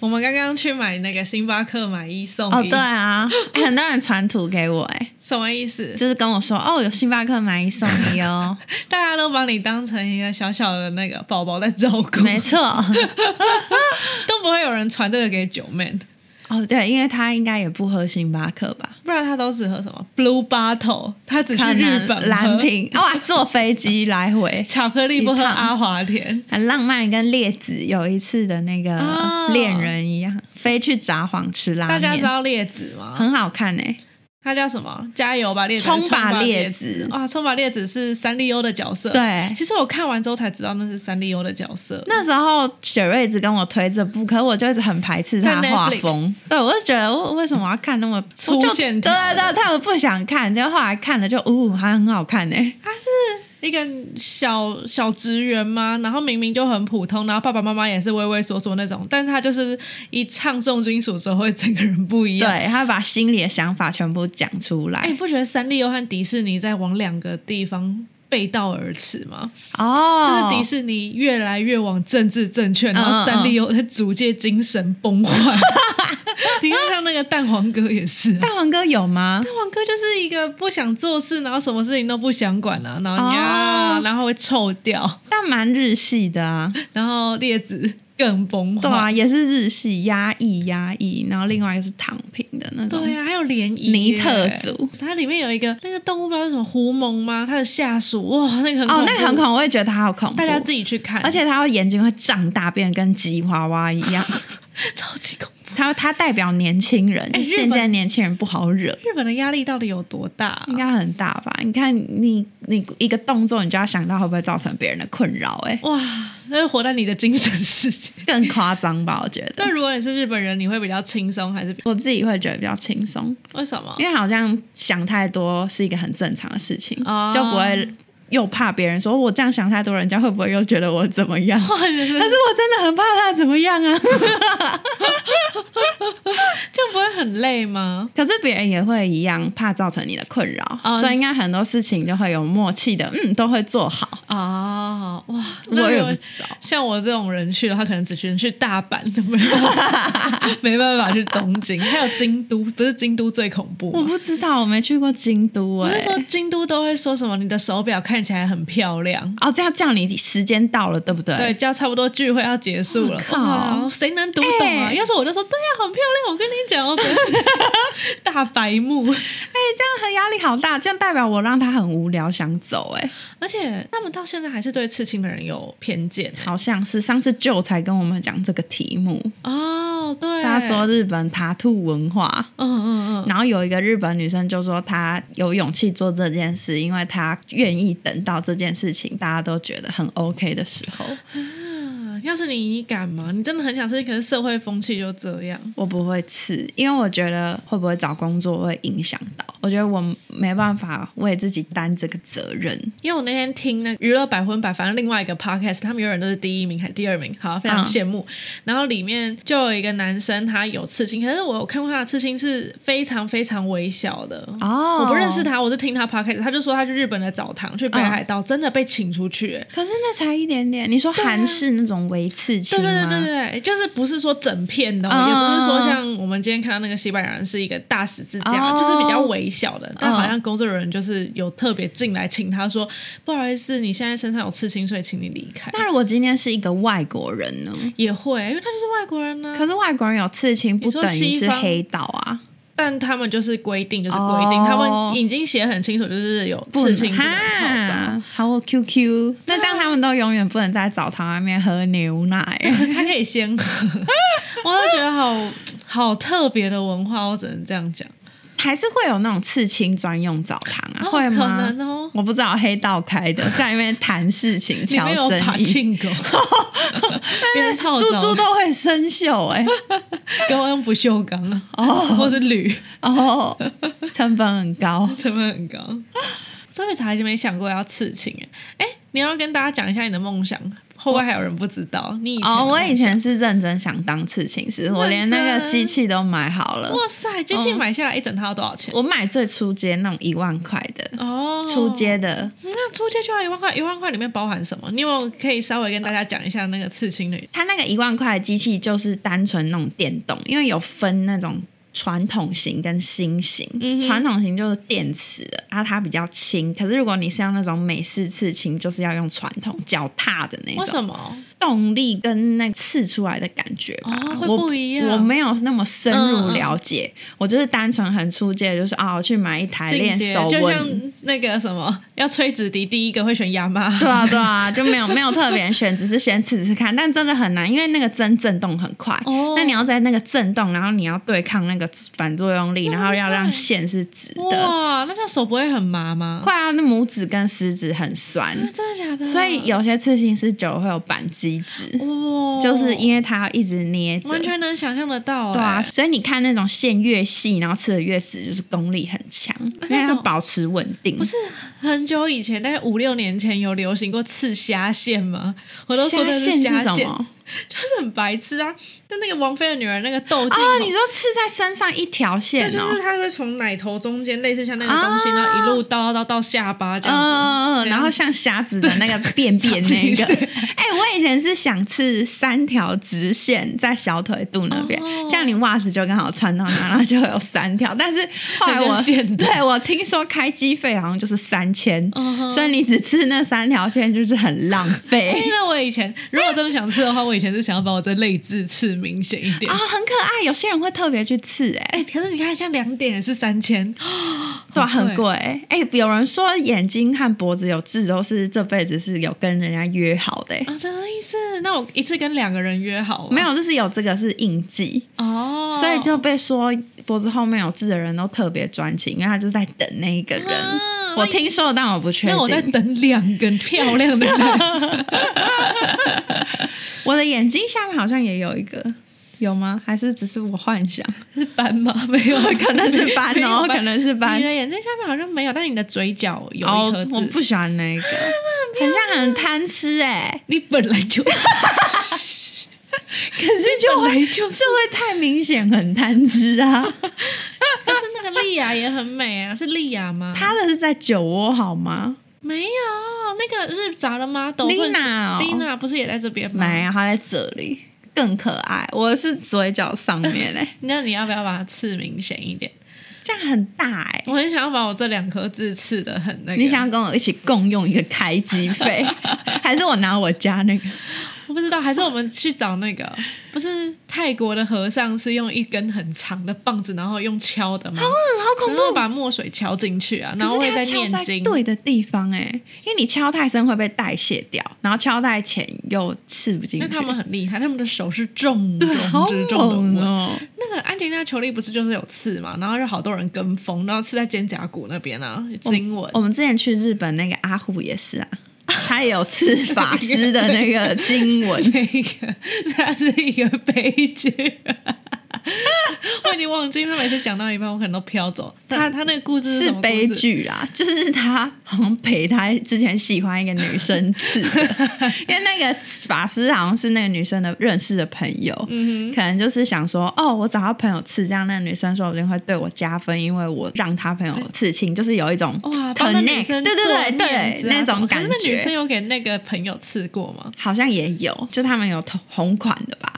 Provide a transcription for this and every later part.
我们刚刚去买那个星巴克买一送哦，一，对啊，哎很多人传图给我、哎，什么意思？就是跟我说，哦，有星巴克买一送一哦， 大家都把你当成一个小小的那个宝宝在照顾，没错，都不会有人传这个给九妹，哦，对，因为他应该也不喝星巴克吧？不然他都是喝什么 Blue Bottle，他只去可日能本喝蓝瓶，哇，坐飞机来回，巧克力不喝一趟阿华田，很浪漫，跟列子有一次的那哦个恋人一样，飞去札幌吃拉大面，家知道列子吗？很好看哎、他叫什么？加油吧，列子！冲吧列列子啊，冲吧列子是三丽鸥的角色。，对，其实我看完之后才知道那是三丽鸥的角色。那时候雪瑞一直跟我推这部，可我就一直很排斥他在 Netflix 画风。对，我就觉得我为什么要看那么粗我就线条对的对对，他们不想看，结果后来看了就，呜、还很好看呢、欸一个小小职员吗？然后明明就很普通，然后爸爸妈妈也是畏畏缩缩那种，但他就是一唱重金属之后，会整个人不 一样。对，他把心里的想法全部讲出来。哎，你不觉得三丽鸥和迪士尼在往两个地方背道而驰吗？哦，就是迪士士尼越来越往政治正确，然后三丽鸥在主界精神崩坏。 你看像那个蛋黄哥也是、啊。大王哥有吗？蛋黄哥就是一个不想做事，然后什么事情都不想管了、啊，然后哦呀，然后会臭掉，但蛮日系的啊，然后列子更崩坏。对啊，也是日系，压抑压抑，然后另外一个是躺平的那种，对啊呀、还有联谊尼耶特族。它里面有一个那个动物，不知道是什么狐獴吗？它的下属，哇，那个很哦，那个很怖，恐怖，我也觉得他好恐怖，大家自己去看，而且他会眼睛会胀大，变得跟吉娃娃一样。超级恐怖。他他代表年轻人，哎日本现在年轻人不好惹，日本的压力到底有多大啊、应该很大吧？你看你你一个动作，你就要想到会不会造成别人的困扰、哦哎，哇，那就活在你的精神世 界。更夸张吧？我觉得 那如果你是日本人，你会比较轻松还是比我自己会觉得比较轻松，为什么？因为好像想太多是一个很正常的事情，哦嗯就不 会又怕别人说我这样想太多，人家会不会又觉得我怎 么样？但是我真的很怕他怎么样啊！这样不会很累吗？可是别人也会一样怕造成你的困扰，哦所以应该很多事情就会有默契的，嗯，都会做好。哦，哇，我那也如不果知道。像我这种人去的话，可能只能去大阪， 没办法，没办法去东京，还有京都，不是京都最恐怖我吗？不知道，我没去过京都我哎、是说京都都会说什么？你的手表看起来很漂亮。哦，这样叫你时间到了，对不对？哎对，就要差不多聚会要结束了我，靠哇谁能读懂啊？哎要是我就说对呀、很漂亮，我跟你讲哦，怎样 大白目。哎、这样很压力好大，这样代表我让他很无聊，想走哎、而且他们到现在还是对刺青的人有偏见欸、好像是上次舅才跟我们讲这个题目，哦，对，他说，日本塔兔文化。嗯嗯嗯，然后有一个日本女生就说她有勇气做这件事，因为她愿意等到这件事情大家都觉得很 OK 的时候。啊要是你，你敢吗？你真的很想吃，可是社会风气就这样。我不会刺，因为我觉得会不会找工作会影响到，我觉得我没办法为自己担这个责任。因为我那天听那个娱乐百分百，反正另外一个 podcast，他们永远都是第一名还是第二名，好非常嗯羡慕。然后里面就有一个男生，他有刺青，可是我有看过他的刺青是非常非常微小的。哦我不认识他，我是听他 podcast，他就说他去日本的澡堂，去北海嗯道，真的被请出去、欸可是那才一点点，你说啊韩式那种微刺青对吗？对对对对，就是不是说整片的、哦，嗯也不是说像我们今天看到那个西班牙人是一个大十字架，哦就是比较微小的，但好像工作人员就是有特别进来请他说，不好意思，你现在身上有刺青，所以请你离开。那如果今天是一个外国人呢？也会，因为他就是外国人呢、可是外国人有刺青，不嗯你说等于西是方黑道啊，但他们就是规定，就是规定，哦他们已经写很清楚，就是有不刺青能不能套 哈章。。好，我 QQ，那这啊样他们都永远不能在澡堂外面喝牛奶。啊 他可以先喝， 我就觉得好好特别的文化，我只能这样讲。还是会有那种刺青专用澡堂啊？哦会吗？可能哦我不知道黑道开的，在里面谈事情、里瞧面有爬生意，庆 狗，别套 猪猪招，都会生锈哎、 给我用不锈钢啊，哦或是铝，哦，成本很高。成本很欸高。这辈子还是没想过要刺青哎、哎、你要跟大家讲一下你的梦想，会不会还有人不知道？你以前哦，我以有没有前是认真想当刺青师，我连那个机器都买好了想。哇塞，机器买下来一整套多少钱？我买最初阶那种一万块的，哦，初阶的，那出街就要一万块，一万块里面包含什么？你有没有可以稍微跟大家讲一下那个刺青的？它那个一万块的机器就是单纯那种电动，因为有分那种。传统型跟新型，嗯哼传统型就是电池的，啊，它比较轻。可是如果你是要那种美式刺青，就是要用传统脚踏的那为种，什么？动力跟那刺出来的感觉吧，哦会我不一样我没有那么深入嗯嗯了解，我就是单纯很出界，就是啊，我去买一台进练阶手就像纹。那个什么，要吹纸笛，第一个会选雅马 哈。对啊，对啊，就没有没有特别选，只是先试试看，但真的很难，因为那个针震动很快，哦那你要在那个震动，然后你要对抗那个反作用力，然后要让线是直的，哦哇，那这样手不会很麻吗？会啊，那拇指跟食指很酸，啊，真的假的？所以有些刺青师久了会有扳机指，哇，就是因为它要一直捏着，完全能想象得到、欸。对啊，所以你看那种线越细，然后吃的越直，就是功力很强，那因为那要种保持稳定。不是很久以前，大概五六年前有流行过刺虾线吗？我都说虾的线虾是什线，么？就是很白痴啊！就那个王菲的女儿那个豆啊茎、哦，你说刺在身上一条对，线就哦、是它会从奶头中间，类似像那个东西，然后一路到到到下巴这嗯样子。嗯嗯，然后像虾子的那个便便那 个，对 哎、我以前是想刺三条直线在小腿肚那边，哦这样你袜子就刚好穿到那，然后就会有三条。 但是后来很我像线的对我听说开机费好像就是三千、嗯哼所以你只刺那三条线就是很浪费。因为哎我以前如果真的想刺的话，我以前是想要把我这泪痣刺明显一点啊、。很可爱。有些人会特别去刺、哎、哎、可是你看，像两点也是三千，对好啊，很贵贵。哎、有人说眼睛和脖子有痣都是这辈子是有跟人家约好的、哎啊，什么意思？那我一次跟两个人约好吗？没有，就是有这个是印记，哦，所以就被说脖子后面有痣的人都特别专情，因为他就在等那一个人。啊我那听说，但我不确定。那我在等两个漂亮的人。我的眼睛下面好像也有一个，有吗？还是只是我幻 想？，是斑吗？没有 可能是斑哦没有可能是斑你的眼睛下面好像没有，但你的嘴角有一哦颗，痣。我不喜欢 那一个，啊很像很贪吃哎、你本来 就 可是就本会来就是就会太明显，很贪吃 啊。可是那个丽雅也很美啊，是丽雅吗？他的是在酒窝好吗？没有，那个日杂的 model Lina 哦 d i n a 不是也在这边吗？没有，他在这里更可爱。我是嘴角上 面嘞、那你要不要把它刺明显一点？这样很大哎、我很想要把我这两颗痣刺的很那个。你想要跟我一起共用一个开机 费，还是我拿我家那个？我不知道，还是我们去找那个，不是泰国的和尚是用一根很长的棒子，然后用敲的吗？嗯，好恐然怖！后把墨水敲进去啊，然后可会是它再敲念在经。对的地方哎、因为你敲太深会被代谢掉，然后敲太浅又刺不进那去。他们很厉害，他们的手是重中对，好之重的猛纹。哦、那个安吉丽娜·裘丽不是就是有刺嘛，然后就好多人跟风，然后刺在肩胛骨那边啊，哦经文。我们之前去日本那个阿虎也是啊，他也有刺法师的那个经 文。那个，它是一个悲剧。 我已经忘记，因为他每次讲到一半，我可能都飘走。他他那个故事是什么故悲事，剧啦，就是他好像陪他之前喜欢一个女生刺的，因为那个法师好像是那个女生的认识的朋友，嗯可能就是想说，哦，我找到朋友刺，这样那个女生说不定会对我加分，因为我让她朋友刺青，就是有一种哼，哇，帮那女 connect，生对对对做对面，子啊那什么种可感是那觉。女生有给那个朋友刺过吗？好像也有，就他们有同红款的 吧。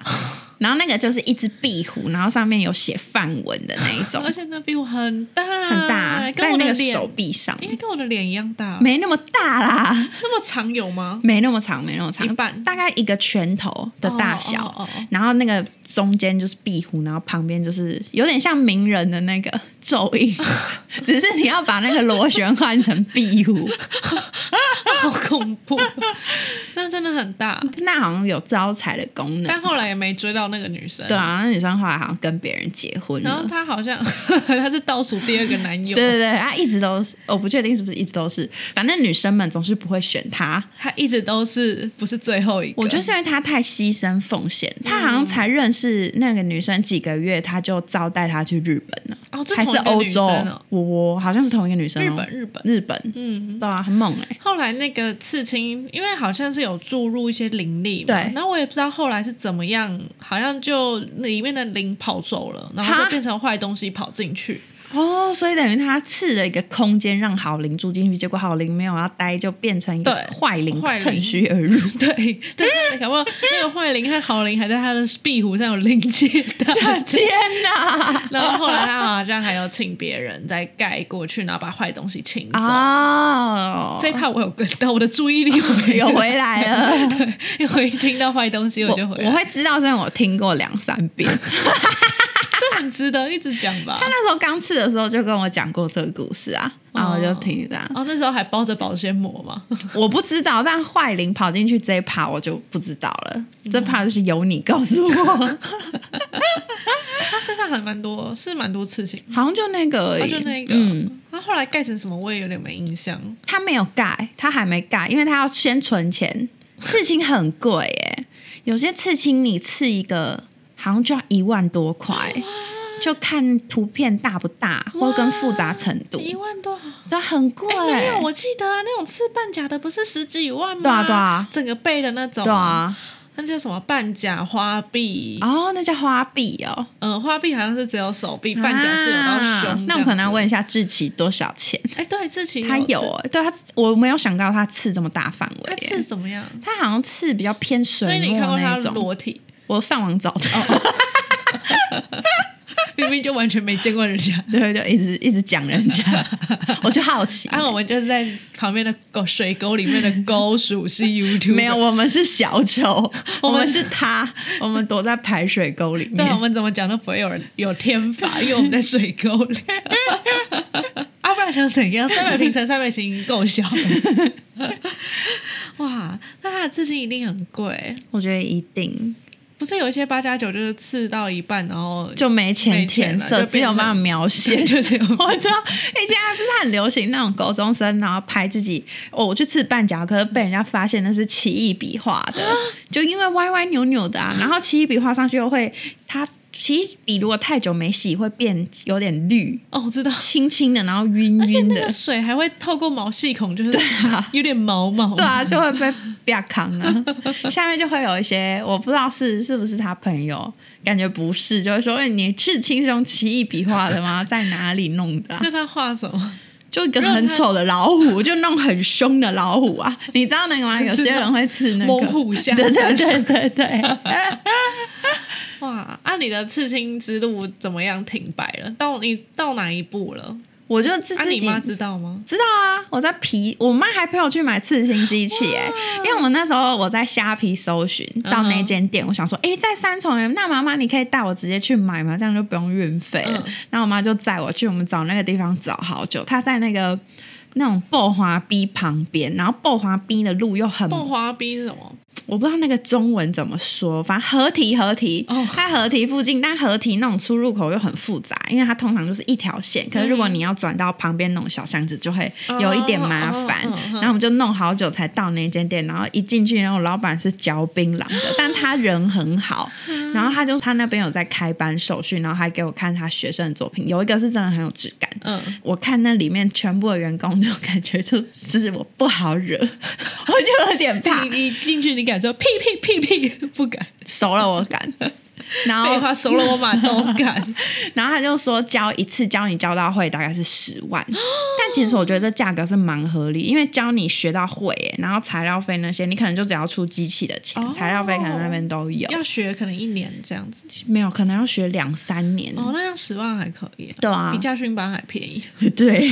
然后那个就是一只壁虎，然后上面有写范文的那一 种而，且那比我很大，很大，啊跟在我的那个脸手臂上，应该跟我的脸一样大，没那么大啦，那么长有 吗？没那么长，没那么长，一半大概一个拳头的大小。哦哦哦哦然后那个中间就是壁虎，然后旁边就是有点像名人的那个 咒印，只是你要把那个螺旋换成壁虎。好恐 怖，那真的很大。那好像有招财的功能 但。后来也没追到那个女生。对。啊，那女生后来好像跟别人结婚然后了。她好像 她是倒数第二个男友，对对对，她一直都是，我不确定是不是一直都是，反正女生们总是不会选她。她一直都是不是最后一个。我觉得是因为她太牺牲嗯奉献，她好像才认识那个女生几个月，她就招待她去日本了。哦，这还同是一个欧女洲生哦？我我好像是同一个女生、哦，日本，日本，日本，嗯，对啊，很猛哎、后来那个刺青，因为好像是有注入一些灵力嘛，对然后我也不知道后来是怎么样，好像就里面的灵跑走了，然后哈就变成坏东西跑进去。哦，所以等于他刺了一个空间让好灵住进去，结果好灵没有要待，就变成一个对坏灵坏灵趁虚而入。 对，对，那搞不好那个坏灵和好灵还在他的壁虎上有灵接的。天哪！ 然后后来他好像还有请别人再盖过去，然后把坏东西清走。啊哦，这一趴我有跟到，我的注意力有回 有欸回来了。 对，因为我一听到坏东西我我就回来， 我会知道，虽然我听过两三遍。这很值得一直讲吧。他那时候刚刺的时候就跟我讲过这个故事啊，然后我就听这样。 哦，那时候还包着保鲜膜嘛。我不知道，但坏灵跑进去这一趴我就不知道了。嗯这趴就是由你告 诉我，他身上还蛮多，是蛮多刺青，啊好像就那个而已，哦他就那个，嗯，他后来盖成什么我也有点没印象。他没有盖，他还没盖，因为他要先存钱。刺青很贵耶，有些刺青你刺一个好像就要一万多块，就看图片大不大，或跟复杂程度，一万多，对，啊很贵。哎，没有，我记得啊，那种刺半甲的不是十几万吗？对啊对啊整个背的那种，对，啊，那叫什么半甲花臂？哦，那叫花臂哦，嗯，花臂好像是只有手臂，半甲是有到啊胸。那我可能要要问一，下志奇多少钱？哎，对，志奇他有刺，哦，对他，我没有想到他刺这么大范围他耶。刺怎么样？他好像刺比较偏水所以你墨看过他那种，裸体， 我上网找的。 明明就完全没见过人 家。对对，一直一直讲人家， 我就好奇。啊，我们就是在旁边的沟水沟里面的 沟鼠是 YouTube，没有，我们是小丑，我我们们是他，我们躲在排水 沟里对，我面。们怎么讲都不会有人有天罚，因为我们在水沟里。 啊，不然想怎样？三百平乘三百行够小。 哇，那他的刺青一定很贵，我觉得一定不是有一些八加九就是刺到一半，然后就没钱没钱填了色，就只有变成办法描写对。就是 有 我知道，啊以前还不是很流行那种高中生，然后拍自己哦，我去刺半甲，可是被人家发现那是奇异笔画的，就因为歪歪扭扭的啊，然后奇异笔画上去又会，它奇异笔如果太久没洗会变有点绿，哦，我知道。青青的，然后晕而且晕那的个，水还会透过毛细孔，就是啊有点毛毛。对啊，就会被啪扛啊。下面就会有一些我不知道是是不是他朋友，感觉不是，就会说：“哎、你是青松奇异笔画的吗？在哪里弄的啊、那他画什么？就一个很丑的老虎，就弄很凶的老虎啊！你知道那个吗？知有道些人会吃那个猛虎下 对对山对对对。 哇，啊，你的刺青之路怎么样停摆了？到你到哪一步了？我就自啊，自你己、妈知道吗？知道啊，我在皮，我妈还陪我去买刺青机器哎、因为我那时候我在虾皮搜寻到那间店，我想说，哎、在三重耶，那妈妈你可以带我直接去买吗？这样就不用运费了。嗯然后我妈就载我去，我们找那个地方找好久，她在那个那种爆华逼旁边，然后爆华逼的路又很蹦花逼是什么？我不知道那个中文怎么说，反正合体合体，哦它合体附近，但合体那种出入口又很复杂，因为它通常就是一条线，可是嗯如果你要转到旁边那种小巷子，就会有一点麻烦。哦哦哦哦然后我们就弄好久才到那间店，然后一进去，然后老板是嚼槟榔 的，但他人很好，嗯然后他就他那边有在开班手续，然后还给我看他学生的作品，有一个是真的很有质感，嗯，我看那里面全部的员工都感觉就是我不好惹， 我就有点怕你。你进去，你敢说屁屁屁屁？不敢，熟了我 敢。然废后，话熟了我马都敢。然后他就说教一次教你教到会大概是十 万，但其实我觉得这价格是蛮合理，因为教你学到会耶，然后材料费那些你可能就只要出机器的钱，哦材料费可能那边都有， 要学可能一年这样子。没有可能要学两三年。哦，那样十万还可以啊，对啊比，驾训班还便宜。 对，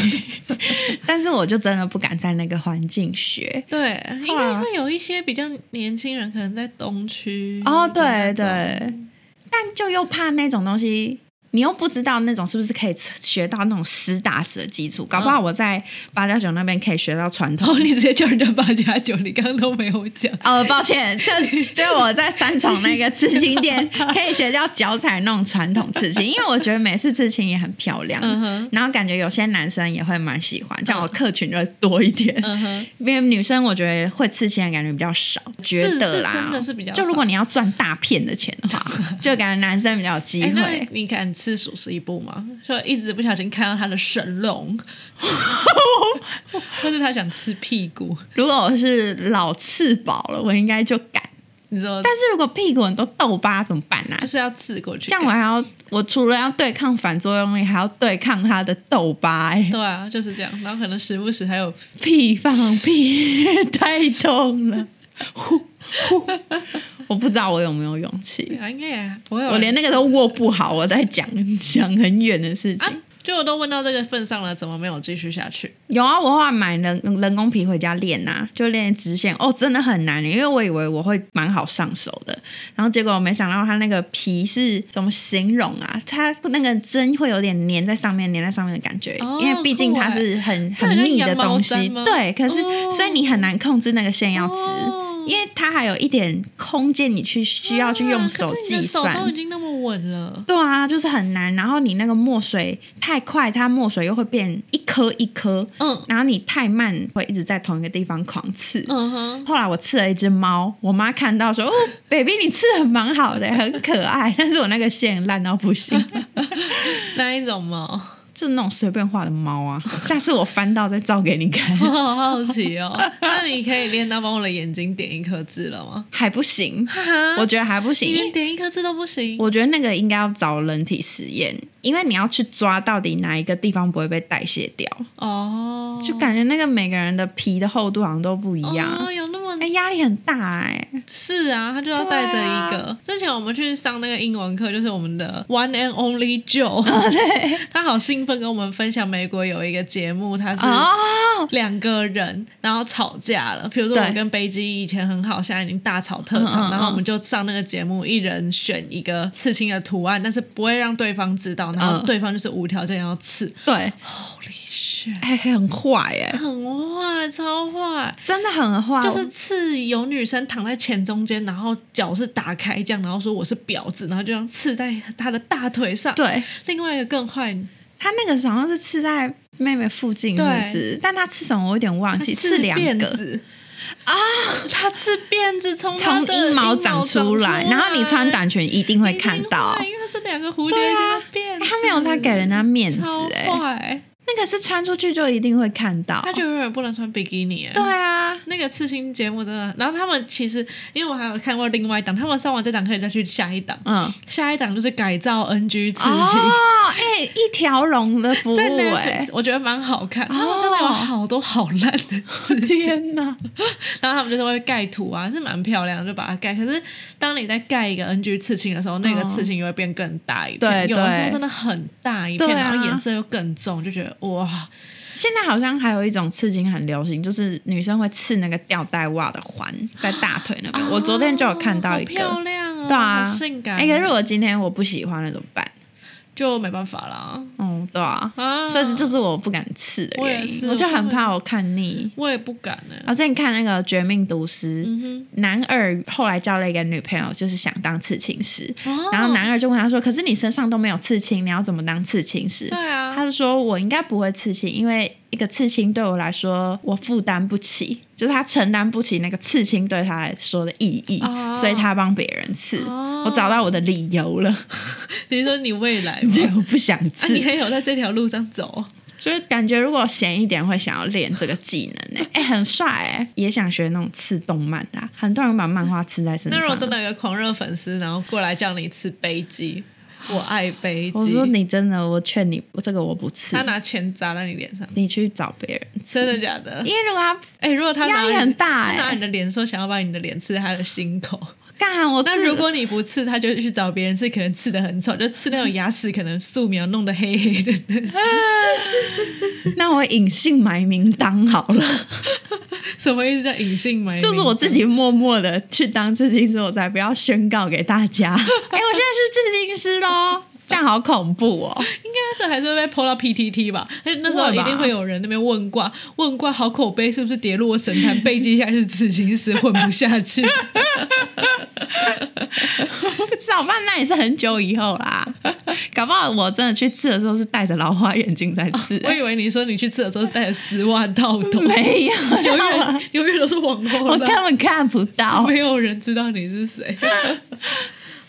但是我就真的不敢在那个环境学。对，因后为来会有一些比较年轻人，可能在东区哦，对的那对种，但就又怕那种东西，你又不知道那种是不是可以学到那种实打实的基础，搞不嗯好我在八加九那边可以学到传统哦，你直接叫人家八加九，你刚刚都没有讲。呃，抱歉，就就我在三重那个刺青店 可以学到脚踩那种传统刺青，因为我觉得每次刺青也很漂亮，嗯哼然后感觉有些男生也会蛮喜欢，这样我客群就会多一点。嗯哼，因为女生我觉得会刺青的感觉比较少，觉得啦，是真的是比较少 就如果你要赚大片的钱的话，就感觉男生比较有机哎，会。那你敢次数是一部吗？就一直不小心看到他的神 龙，或者他想吃屁股，如果我是老刺饱了，我应该就敢。你说，但是如果屁股很多痘疤怎么办呢、啊就？是要刺过去。这样我还要，我除了要对抗反作用力，还要对抗它的痘疤、欸。对啊，就是这样。然后可能时不时还 有，屁放屁， 太痛 了。呼呼我不知道我有没有勇气，啊应该也不会有人。我连那个都握不好，我在讲讲很远的事情。啊，就我都问到这个份上了，怎么没有继续下去？有啊，我后来买人人工皮回家练呐、就练直线。哦，真的很难，因为我以为我会蛮好上手的，然后结果我没想到它那个皮是怎么形容啊？它那个针会有点粘在上面，粘在上面的感觉，哦因为毕竟它是很酷欸很密的东它很像西羊毛毡吗。对，可是、哦所以你很难控制那个线要直。哦因为它还有一点空间，你去需要去用手计算。啊可是你的手都已经那么稳了。对啊，就是很难。然后你那个墨水太快，它墨水又会变一颗一颗；嗯然后你太慢，会一直在同一个地方狂刺。嗯哼，后来我刺了一只猫，我妈看到说：“哦，baby，你刺的蛮好的，很可爱。” 但是我那个线烂到不行， 那一种猫？就那种随便画的猫啊。下次我翻到再照给你看 我，好好奇哦。那你可以练到帮我的眼睛点一颗痣了吗？还不行，哈哈我觉得还不你行。因连点一颗痣都不行。我觉得那个应该要找人体实验，因为你要去抓到底哪一个地方不会被代谢掉。哦，就感觉那个每个人的皮的厚度好像都不一样。哦，有那么哎、压力很大哎、是啊，他就要带着一个。啊之前我们去上那个英文课，就是我们的 One and Only Joe，、他 啊好兴奋跟我们分享美国有一个节目，他是哦，两个人然后吵架了。比如说对我跟北基以前很好，现在已经大吵特嗯吵，嗯嗯然后我们就上那个节目，一人选一个刺青的图案，但是不会让对方知道，然后嗯对方就是无条件要刺。对， Holy shit！哎、很坏哎、很坏，超坏。真的很坏，就是刺有女生躺在前中间，然后脚是打开这样，然后说我是婊子，然后就这样刺在她的大腿上。，对另外一个更坏，他那个好像是刺在妹妹附近，是不对是？但他刺什么我有点忘她记，刺刺两辫个，子啊，她刺辫子从她从的阴毛长长出来，然后你穿短裙一定会一定看到。会因为是两个蝴蝶对啊结的辫哎子，他没有在给人家面子超哎、坏，那个是穿出去就一定会看到。他就永远不能穿比基尼。哎对啊，那个刺青节目真的，然后他们其实，因为我还有看过另外一档，他们上完这档可以再去下一档，嗯，下一档就是改造 NG 刺青， 哦，哎、一条龙的服务在 哎、哦 Netflix 我觉得蛮好看，他们真的有好多好烂的刺青， 天哪！然后他们就是会盖图啊，是蛮漂亮的，就把它盖。可是当你在盖一个 NG 刺青的时候，那个刺青就会变更大一片，对有的时对候真的很大一片，对啊然后颜色又更重，就觉得哇，现在好像还有一种刺青很流行，就是女生会刺那个吊带袜的环在大腿那边。我昨天就有看到一个，哦好漂亮哦，对啊，好性感哦，哎、可是我今天我不喜欢了怎么办？就没办法啦。嗯，对啊，啊，所以这就是我不敢刺的原我也因。是我我就根很本怕我看腻。哦我也不敢呢、我之前看那个《绝命毒师》嗯男二后来交了一个女朋友，就是想当刺青师。哼，哦然后男二就问他说：“可是你身上都没有刺青，你要怎么当刺青师？”对啊，他就说：“我应该不会刺青，因为一个刺青对我来说，我负担不起，就是他承担不起那个刺青对他来说的意义，哦所以他帮别人刺。哦我找到我的理由了， 你说你未来对，吗？我不想啊，刺你，还有在这条路上走？就是感觉如果闲一点，会想要练这个技 能呢、哎、很帅哎、也想学那种刺动漫的啊、很多人把漫画刺在身那上。如果真的有个狂热粉丝，然后过来叫你吃杯鸡，我爱杯啊我说鸡，你真的，我劝你，我这个我不刺他，拿钱砸在你脸上，你去找别人刺真的假的因？为如果他哎、如果他拿压力很大哦他哎、拿你的脸说想要把你的脸刺他的心口，干我刺那如果你不刺，他就去找别人刺，可能刺的很丑，就刺那种牙齿可能素描弄得黑黑的，那我隐姓埋名当好了， 什么意思叫隐姓埋名？就是我自己默默的去当刺青师，我才不要宣告给大 家。哎、我现在是刺青师喽，这样好恐怖哦！应该是还是会被 PO 到 PTT 吧，而且那时候会吧一定会有人那边问卦，问卦好口碑是不是跌落神坛， 被接下来是此行时混不下去。我不知道，不然那也是很久以后 啦。搞不好我真的去刺的时候是戴着老花眼镜在刺、我以为你说你去吃的时候带着丝袜套头， 没有，永远永远都是往后 我的， 根本看不到。没有人知道你是谁。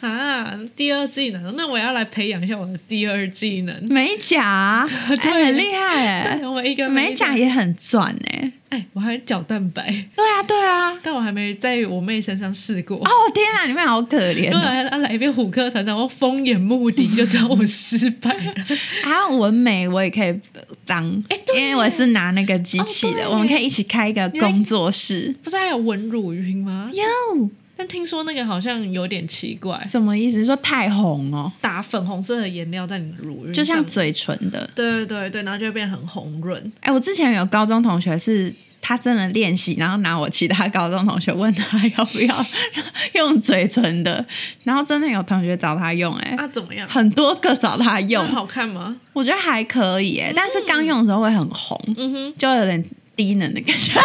啊，第二技能，那我要来培养一下我的第二技能。美甲，哎、对很厉害哎、对，我一个美甲，也很赚哎、哎，我还角蛋白，对啊，对啊。但我还没在我妹身上试过。哦天啊，你们好可怜、如果哦！来来一遍虎克船长，我风眼目敌，就知道我失败 了。啊，纹眉我也可以当，哎对耶因为我是拿那个机器哦对的，耶我们可以一起开一个工作室。不是还有纹乳晕吗？哟，但听说那个好像有点奇怪，什么意思？说太红哦，打粉红色的颜料在你的乳晕，就像。嘴唇的。对对对对，然后就会变得很红润。哎、我之前有高中同学是。他真的练习，然后拿我其他高中同学问他要不要 用嘴唇的，然后真的有同学找他用、哎、啊，怎么样？很多个找他用那，好看吗？我觉得还可以、哎，但是刚用的时候会很红，嗯哼，就有点低能的 感觉，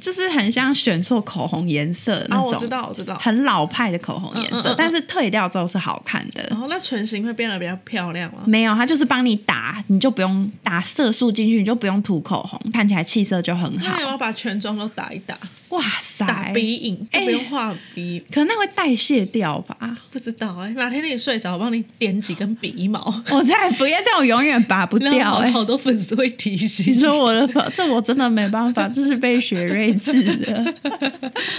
就是很像选错口红颜色的那啊，种，我知道，我知道。嗯很老派的口红颜色，嗯嗯嗯嗯但是褪掉之后是好看的。然后那唇形会变得比较漂亮吗？没有，它就是帮你打，你就不用打色素进去，你就不用涂口红，看起来气色就很那好有。没有把全妆都打一打，哇塞，打鼻影，哎都不用画鼻，可能那会代谢掉吧？不知道哎、哪天你睡着，我帮你点几根鼻毛，我才不要这样，我永远拔不然掉 后哎、好好多粉丝会提醒你。说我的粉，这我真的没办法，这是被雪瑞治的，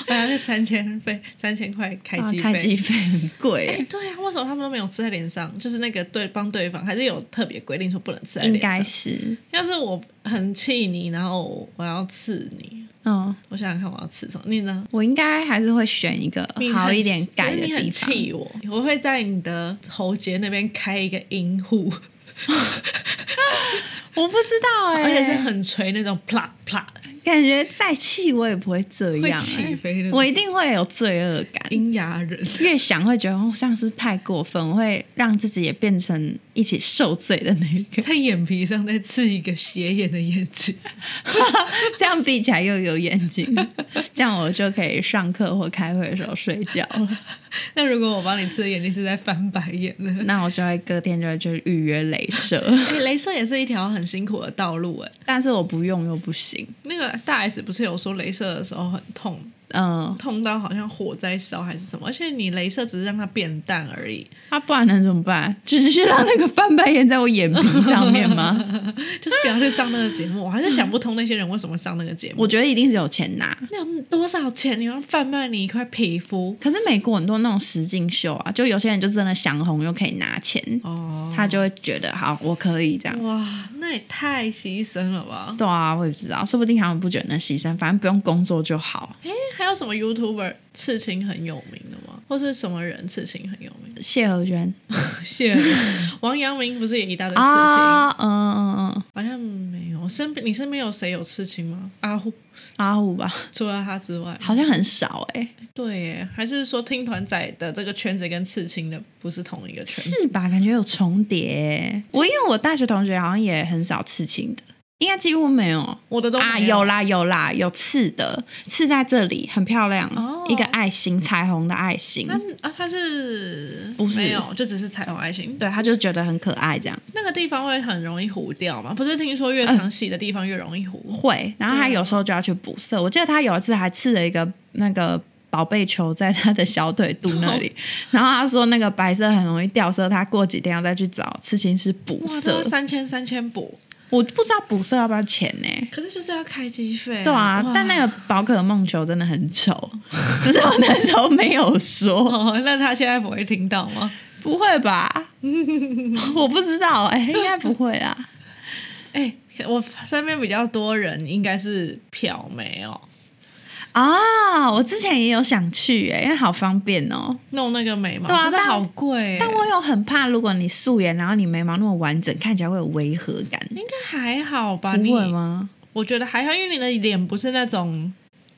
我要是三千费，三千块开啊机开费。机费很贵、 哎、对啊，为什么他们都没有吃在脸上？就是那个对帮对方还是有特别规定说不能吃在应脸上。该是，要是我很气你，然后我要刺你，嗯，我想想看我要刺什么？你呢？我应该还是会选一个你很好一点改的可是你地很方。气我，我会在你的喉结那边开一个阴户，我不知道哎、而且是很垂那种啪啪感觉再气我也不会这会样、起欸，飞那我种一定会有罪恶感。阴牙人。越想会觉得哦，这样是不是太过分？我会让自己也变成一起受罪的那 个，在眼皮上再刺一个斜眼的眼睛， 这样闭起来又有眼睛，这样我就可以上课或开会的时候睡觉了。那如果我帮你刺的眼睛是在翻白眼呢？那我就会隔天就会去预约镭射，哎、镭射也是一条很辛苦的道路哎、但是我不用又不行。那个大 S 不是有说镭射的时候很痛，嗯，痛到好像火在烧还是什么？而且你镭射只是让它变淡而已，那、不然能怎么办？ 只是让那个翻白眼在我眼皮上面吗？ 就是不要去上那个节目。我还是想不通那些人为什么上那个节目。我觉得一定是有钱拿。嗯那有多少钱？你要贩卖你一块皮肤可是美国很多那种实境秀啊，就有些人就真的想红又可以拿钱，哦？他就会觉得好，我可以这样。哇，那也太牺牲了吧！对啊，我也不知道，说不定他们不觉得那牺牲，反正不用工作就好。哎、还有什么 YouTuber 刺青很有名的吗？或是什么人刺青很有名？谢和弦谢了 王阳明不是也一大堆刺青？啊，嗯嗯嗯，好像没有，身边你身边有谁有刺青吗？阿虎，阿虎吧，除了他之外，好像很少哎、对耶，还是说听团仔的这个圈子跟刺青的不是同一个圈子？是吧？感觉有重叠欸、我因为我大学同学好像也很少刺青的，应该几乎没有。我的都啊，没有啦有啦，有刺的，刺在这里很漂亮，哦一个爱心，彩虹的爱心。他啊，他是不是没有，就只是彩虹爱心。对，他就觉得很可爱，这样那个地方会很容易糊掉嘛？不是听说越嗯常洗的地方越容易糊？会。然后啊他有时候就要去补色。我记得他有一次还刺了一个那个宝贝球在他的小腿肚那 里，然后他说那个白色很容易掉色，他过几天要再去找刺青师补哇，色都。三千三千补，我不知道补色要不要钱呢、可是就是要开机费。对啊哇，但那个宝可梦球真的很丑，只是我那时候没有说，哦， 那他现在不会听到吗？不会 吧？我不知道欸哎、应该不会啦。哎、我身边比较多人应该是漂眉哦， 啊、我之前也有想去哎、因为好方便哦、弄那个眉毛，对啊可是但好贵、欸。但我有很怕，如果你素颜，然后你眉毛那么完整，看起来会有违和感，应该还好吧？不你会？吗？我觉得还好，因为你的脸不是那种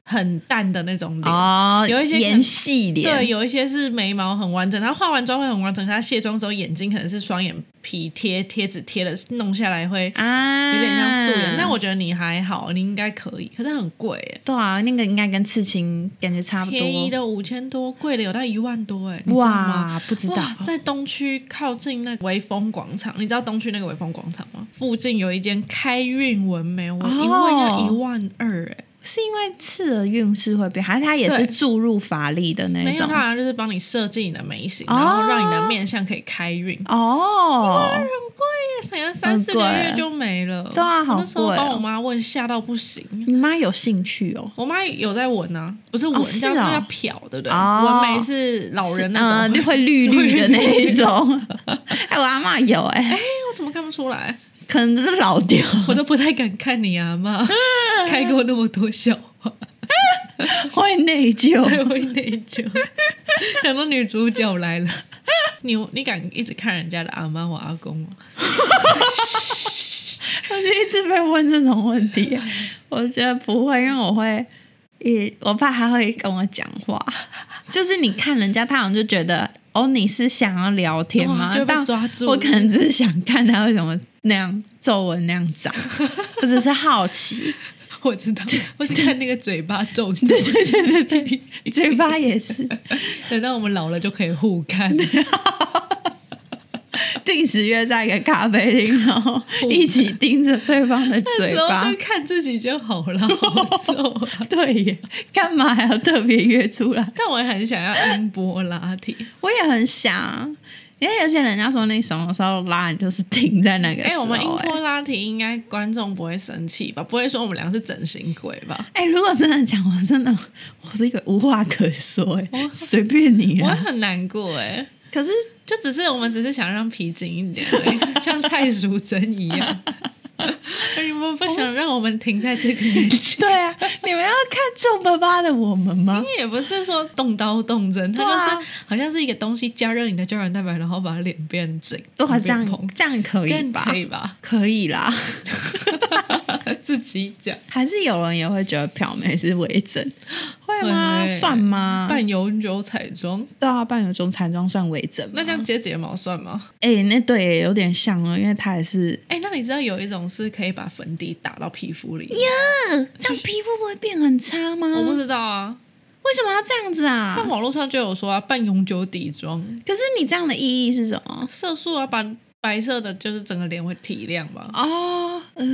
很淡的那种脸。哦有一些可能演戏脸，对，有一些是眉毛很完整，她化完妆会很完整，可她卸妆之后眼睛可能是双眼皮贴贴纸贴的，弄下来会啊，有点像素颜。但我觉得你还好，你应该可以，可是很贵欸对啊，那个应该跟刺青感觉差不多。便宜的五千多，贵的有到一万多哎，你知道吗？哇，不知道哇，在东区靠近那个微风广场，你知道东区哦那个微风广场吗？附近有一间开运纹眉，我一问要一万二哎、是因为刺的运势会变，还是它也是对注入法力的那没有，种他？好像就是帮你设计你的眉形，哦然后让你的面相可以开运。哦，很贵耶，可能三很四个月贵就没了。对啊我那时候好贵哦帮我妈问，吓到不行。你妈有兴趣哦？我妈有在闻啊，不是闻，哦是叫哦叫漂，对不对？哦纹眉是老人 那嗯种。会绿绿的那 一种。哎，我阿妈有哎、哎，我怎么看不出来？可能是老掉。我都不太敢看你阿 妈开过那么多笑话，会内太疚。会内疚。 想到女主角来了，你你敢一直看人家的阿妈或阿公吗？我就一直被问这种问题，我觉得不会，因为我会，也我爸他会跟我讲话，就是你看人家，他好像就觉得哦，你是想要聊天吗哇？就被但抓住我可能只是想看他为什么那样皱纹那样 长，我只是好奇。我知道，我是看那个嘴巴皱褶。对对对对对，嘴巴也是， 等到我们老了就可以互看。 定时约在一个咖啡厅，然后一起盯着对方 的哦那嘴时候巴就。看自己就好 了，好皱啊。对耶，干嘛还要特别约出来？但我也很想要音波拉提。我也很想，因为而且人家说你什么时候拉，你就是停在那个时哎、候、我们音哎波拉提应该观众不会生气吧？不会说我们俩是整形鬼吧？哎、如果真的讲，我真的我是一个无话可说、哎我，随便你我会啦。很难过哎、可是就只是我们只是想让皮紧一点而 已，像蔡淑珍一 样。而你们不想让我们停在这个年纪？ 对 啊，你们要看皱巴巴的我们吗？因为也不是说动刀动针，它对啊就是好像是一个东西加热你的胶原蛋白，然后把脸变紧，对啊，变这样蓬这样可以更吧？可以吧？可以啦， 自己讲，还是有人也会觉得漂眉是伪整，会吗？会算吗？半永久彩妆，对啊，半有种彩妆算伪整吗，那这样接睫毛算吗？哎、那对耶有点像哦，因为它也是，哎、那你知道有一种是可以把粉底打到皮肤里吗呃， 这样皮肤不会变很差吗？我不知道啊，为什么要这样子啊？但网络上就有说啊，半永久底妆，可是你这样的意义是什么？色素啊，把白色的就是整个脸会提亮吧。哦，呃，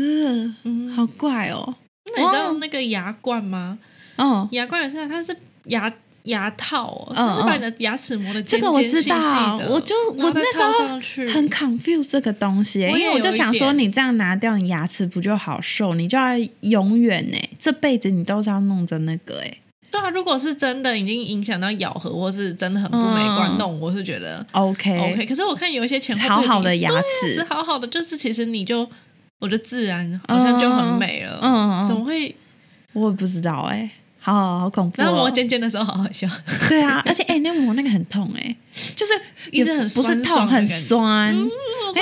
嗯，好怪哦，那你知道那个牙冠吗？哦，牙冠也是啊，它是牙牙套、哦，嗯它是把你的牙齿磨的尖这个我尖细知细道的，我就然后我再那时候套上去很 confuse 这个东西耶，我因也嗯为我就有一想说，点你这样拿掉你牙齿不就好受？你就要永远呢，这辈子你都是要弄着那个哎。对啊，如果是真的已经影响到咬合，或是真的很不美观嗯弄，我是觉得 OK，, OK。可是我看有一些前后好好对的比牙对啊齿是好好的，就是其实你就我觉得自然好像就很美了，嗯嗯嗯怎么会？我也不知道哎，好好恐怖、然后磨哦。尖尖的时候好好笑， 对啊，而且哎、那磨那个很痛哎，就是一直很不是酸痛，爽的很感觉酸。因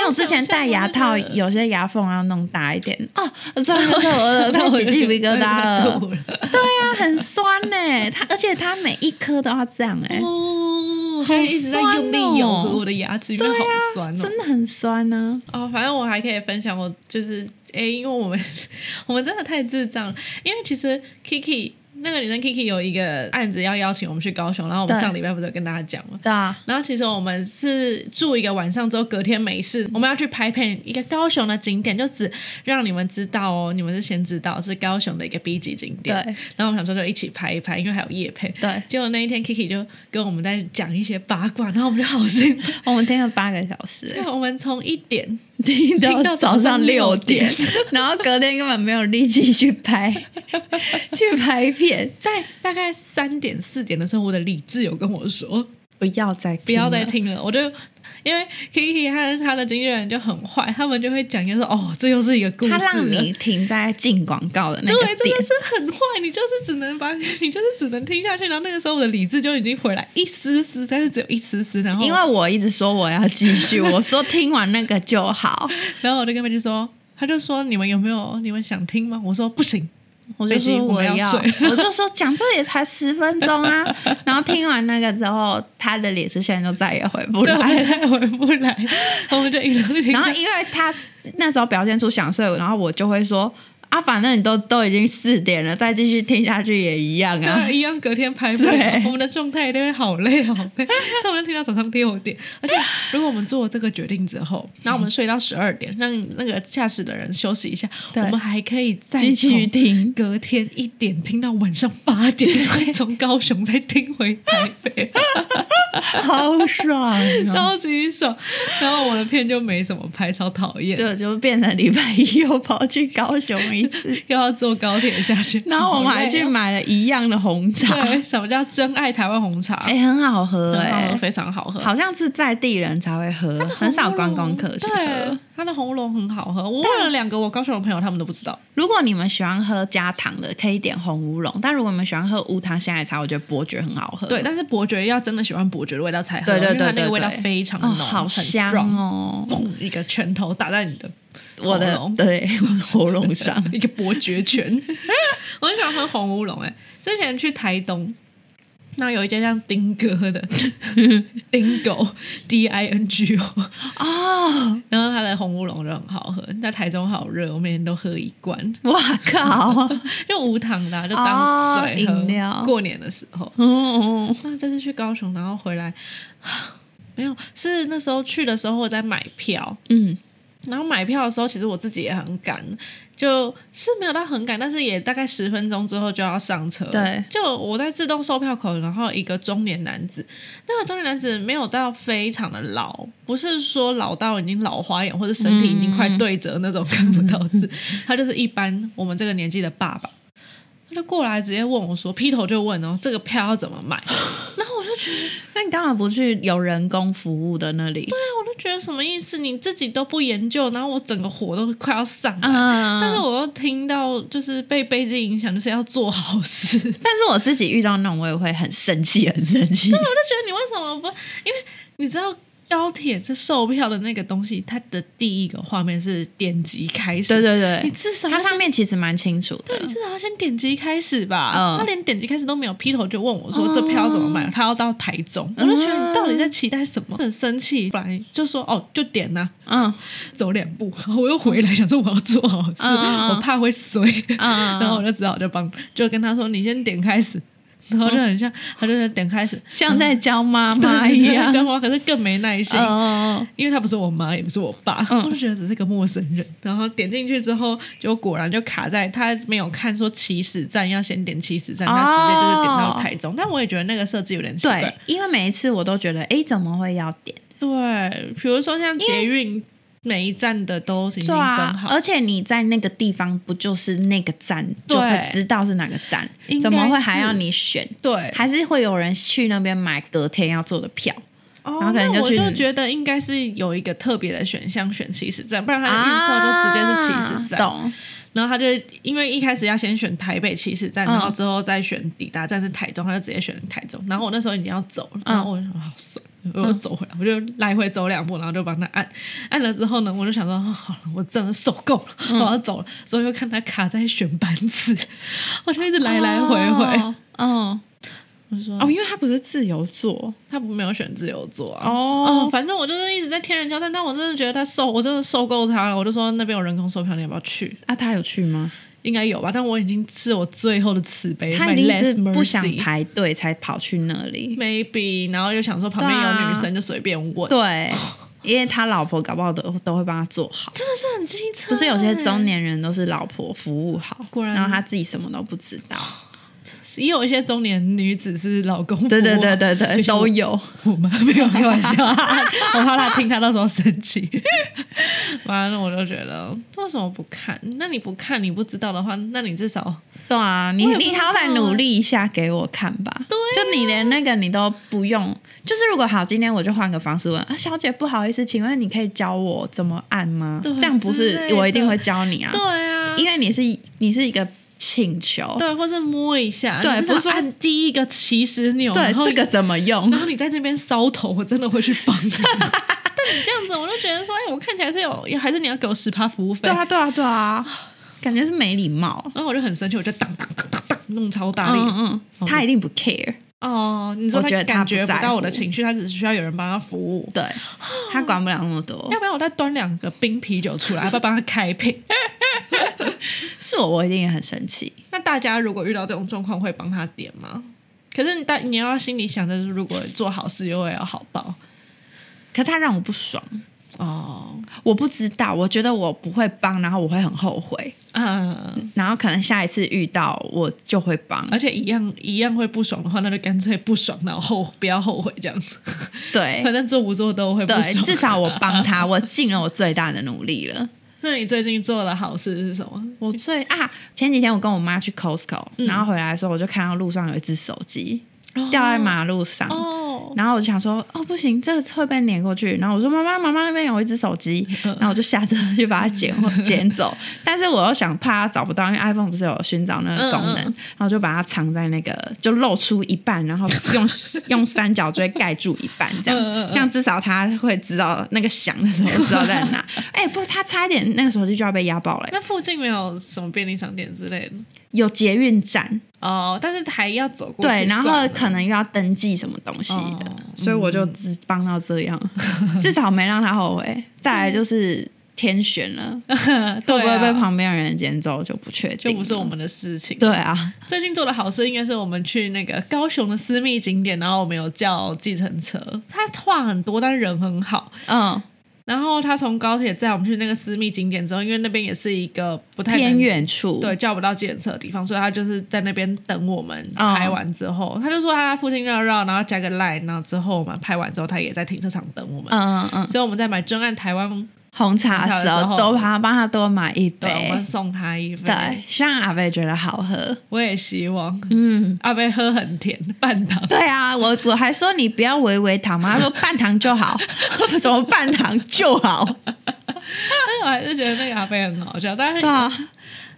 嗯为我光之想前象戴我牙就套，觉得有些牙缝要弄大一点哦。算了算 了，那我 我起就鸡觉皮得疙瘩了。痛对啊，很酸呢。它而且它每一颗都要这样 哎，哦，还一直在用哦力咬合我的牙齿，因为好酸哦。真的很酸啊呢。哦，反正我还可以分享，我就是哎、因为我们 我们真的太智障了，因为其实 Kiki 那个女生 Kiki 有一个案子要邀请我们去高雄，然后我们对上礼拜不是有跟大家讲吗？对啊，然后其实我们是住一个晚上之后，隔天没事，我们要去拍片一个高雄的景点，就只让你们知道哦，你们是先知道是高雄的一个 B 级景点。对。然后我们想说就一起拍一拍，因为还有夜配。对结果那一天 Kiki 就跟我们在讲一些八卦，然后我们就好兴 奋。我们听了八个小时对欸，我们从一点听到到早早上上六六点，然后隔天根本没有力气去拍， 去拍片。在大概三点四点的时候，我的理智有跟我说不要再不要再了听了，我就因为 Kiki 和他的经纪人就很坏，他们就会讲一些说哦，这又是一个故事它了，让你停在进广告的那个对，真点的，是很坏，你就是只能把你就是只能听下去，然后那个时候我的理智就已经回来一丝丝，但是只有一丝丝，然后因为我一直说我要继续，我说听完那个就 好，然后我就跟贝蒂说，他就说你们有没有你们想听吗？我说不行，我就说我飞机要，我们要睡 我就说讲这也才十分钟啊，然后听完那个之后，他的脸是现在就再也回不对，我来 们了。再回不来，我们就一路听到然后因为他那时候表现出想睡，然后我就会说。啊，反正你都都已经四点了，再继续听下去也一样 啊对，。一样隔天拍不了对，我们的状态一定会好累好累。 上班听到早上六点，而且如果我们做了这个决定之后，然后我们睡到十二点，让那个驾驶的人休息一下，我对们还可以再继续从听，隔天一点听到晚上八点， 从高雄再听回台北，好爽 哦！超级爽。然后我的片就没怎么拍，超讨厌，就就变成礼拜一又跑去高雄一次，又要坐高铁下去。 然后我们还好累去哦买了一样的红茶，对什么叫真爱台湾红茶？哎、很好喝很好哎、喝非常好喝。 好像是在地人才会喝，很少观光客去哦对喝。，它的红乌龙很好喝。我问了两个我高雄的朋友，他们都不知道。如果你们喜欢喝加糖的，可以点红乌龙；但如果你们喜欢喝无糖鲜奶茶，我觉得伯爵很好喝。对，但是伯爵要真的喜欢伯爵的味道才喝，对对对因为它那对个味道对非常哦，浓，好很香 strong。哦！砰！一个拳头打在你的我的喉咙对 我的喉咙 上一个伯爵拳。 我很喜欢喝红乌龙，哎，之前去台东，那有一间叫丁哥的 丁狗 D I N G O，哦，然后它的红乌龙就很好喝。在台中好热，我每天都喝一罐，哇靠！ 就无糖的啊、就当水喝。哦饮料过年的时候，嗯，那这次去高雄，然后回来， 没有，是那时候去的时候我在买票，嗯，然后买票的时候，其实我自己也很赶，就是没有到很赶，但是也大概十分钟之后就要上车。对，就我在自动售票口，然后一个中年男子，那个中年男子没有到非常的老，不是说老到已经老花眼或者身体已经快对折那种看不到字，他就是一般我们这个年纪的爸爸。他就过来直接问我说，劈头就问哦，这个票要怎么买？然后我就觉得。那你干嘛不去有人工服务的那里？我就觉得什么意思？你自己都不研究，然后我整个火都快要上来。嗯，但是我又听到，就是被悲剧影响，就是要做好事。 我就觉但是我自己遇到那种，我也会很生气，很生气。得你为什么不？因为你知道高铁是售票的那个东西，它的第一个画面是点击开始。对对你对，至少要它上先面其实蛮清楚对，你的。至少要先点击开始吧。嗯他连点击开始都没有，劈头就问我说：“这票怎么买？”他要到台中，我就觉得你到底在期待什么？很生气，本来就说：“哦，就点呐、嗯走两步， 我又回来想说我要做好事，嗯嗯嗯我怕会衰，嗯然后我就只好就帮，就跟他说你先点开始，嗯然后就很像，他就是点开始像在教妈妈一样。 讲话，可是更没耐心。哦，因为他不是我妈，也不是我爸，嗯我就觉得只是个陌生人。然后点进去之后，就果然就卡在他没有看说起始站要先点起哦始站，他直接就是点到台中。但我也觉得那个设置有点奇对怪。，因为每一次我都觉得，哎，怎么会要点？对，比如说像捷运每一站的都已经对分啊好，，而且你在那个地方，不就是那个站对就会知道是哪个站应该，是怎么会还要你选？对，还是会有人去那边买隔天要做的票？哦然后可能那就我去就觉得应该是有一个特别的选项选起始站，不然他的预售就直接是起始站。啊懂？然后他就因为一开始要先选台北起始站，嗯然后之后再选抵达站是台中，他就直接选台中。然后我那时候已经要走了，然后我就想好算了，我又嗯走回来，我就来回走两步，然后就帮他按按了之后呢，我就想说、哦好了，我真的受够了，嗯我要走了。之后又看他卡在选班次， 我就一直来来回回。哦，哦，我就说哦因为它不是自由座他没有选自由座啊。哦，哦，反正我就是一直在天人交战，但我真的觉得他受，我真的受够他了。我就说那边有人工售票，你要不要去？啊，他有去吗？应该有吧，但我已经是我最后的慈悲，他 my 一定是 last 不想 mercy 排队才跑去那里。 ，maybe，然后就想说旁边对啊有女生就随便问，对，啊因为他老婆搞不好都都会帮他做好。真的是很机车欸，不是有些中年人都是老婆服务好，果然哎然后他自己什么都不知道。也有一些中年女子是老公服务，对对对对对，就像我都有。我 妈没有 开玩笑，我怕她听，她到时候生气。 完了，我就觉得为什么不看？那你不看，你不知道的话，那你至少对啊，你我也不知你道好啊歹努力一下给我看吧。对、就你连那个你都不用，就是如果好，今天我就换个方式问啊，小姐不好意思，请问你可以教我怎么按吗？对这样不之是类的我一定会教你啊，对啊，因为你是你是一个请求，对，或是摸一下，对你至少不是说按第一个起始钮，对啊然后这个怎么 用然？后你在那边搔头，我真的会去帮你。 但你这样子，我就觉得说，哎、我看起来是有，还是你要给我十趴服务费？对啊，对啊，对啊， 感觉是没礼貌。然后我就很生气，我就当当当当当弄超大力。嗯嗯，他一定不 care，哦，你说我觉他得他感觉不在不乎到我的情绪，他只是需要有人帮他服务。 对他管不了那么多要。不然我再端两个冰啤酒出来，要不要帮他开瓶？ 是我，我一定也很生气。那大家如果遇到这种状况，会帮他点吗？可是你大你要心里想的是，如果做好事又会有好报可他让我不爽，哦。我不知道，我觉得我不会帮，然后我会很后悔，嗯，然后可能下一次遇到我就会帮。而且一样一样会不爽的话，那就干脆不爽，然后后不要后悔这样子。对反正做不做都会不对，爽。至少我帮他， 我尽了我最大的努力了。 那你最近做的好事是什么？我最啊，前几天我跟我妈去 Costco，、然嗯后回来的时候我就看到路上有一只手机掉在马路上，哦，然后我就想说，哦，不行，这个会被碾过去。然后我说，妈妈，妈妈那边有一只手 机，然后我就下车去把它捡回捡走。但是我又想怕它找不到，因为 iPhone 不是有寻找那个功能，嗯嗯嗯然后就把它藏在那个，就露出一半，然后 用用三角锥盖住一半，这嗯样，嗯嗯这样至少它会知道那个响的时候知道在 哪。哎、不，它差一点那个手机就要被压爆了、那附近没有什么便利商店之类的有捷运站，哦，但是还要走过去对，然后 算了可能又要登记什么东西的，哦嗯所以我就只帮到这样， 至少没让他后悔。再来就是天选了，会对不会啊被旁边的人捡走就不确定，就不是我。们的事情。对啊，最近做的好事应该是我们去那个高雄的私密景点，然后我们有叫计程车，他话很多，但是人很好。嗯，然后他从高铁载我们去那个私密景点之后，因为那边也是一个不太能偏，远处，对，叫不到计程车的地方，所以他就是在那边等我们哦拍完之后，他就说他在附近绕绕，然后加个 line，然后之后我们拍完之后，他也在停车场等我们。嗯，嗯嗯，所以我们在买真爱台湾，红茶红的时茶的时候候都帮他帮他多买一对，我们杯，送他一杯。对，希望阿贝觉得好喝。我也希望嗯，阿贝喝很甜，半糖。 对啊，我我还说你不要微微糖嘛，他说半糖就 好，怎么半糖就好？但是我还是觉得那个阿贝很好笑，但对是啊。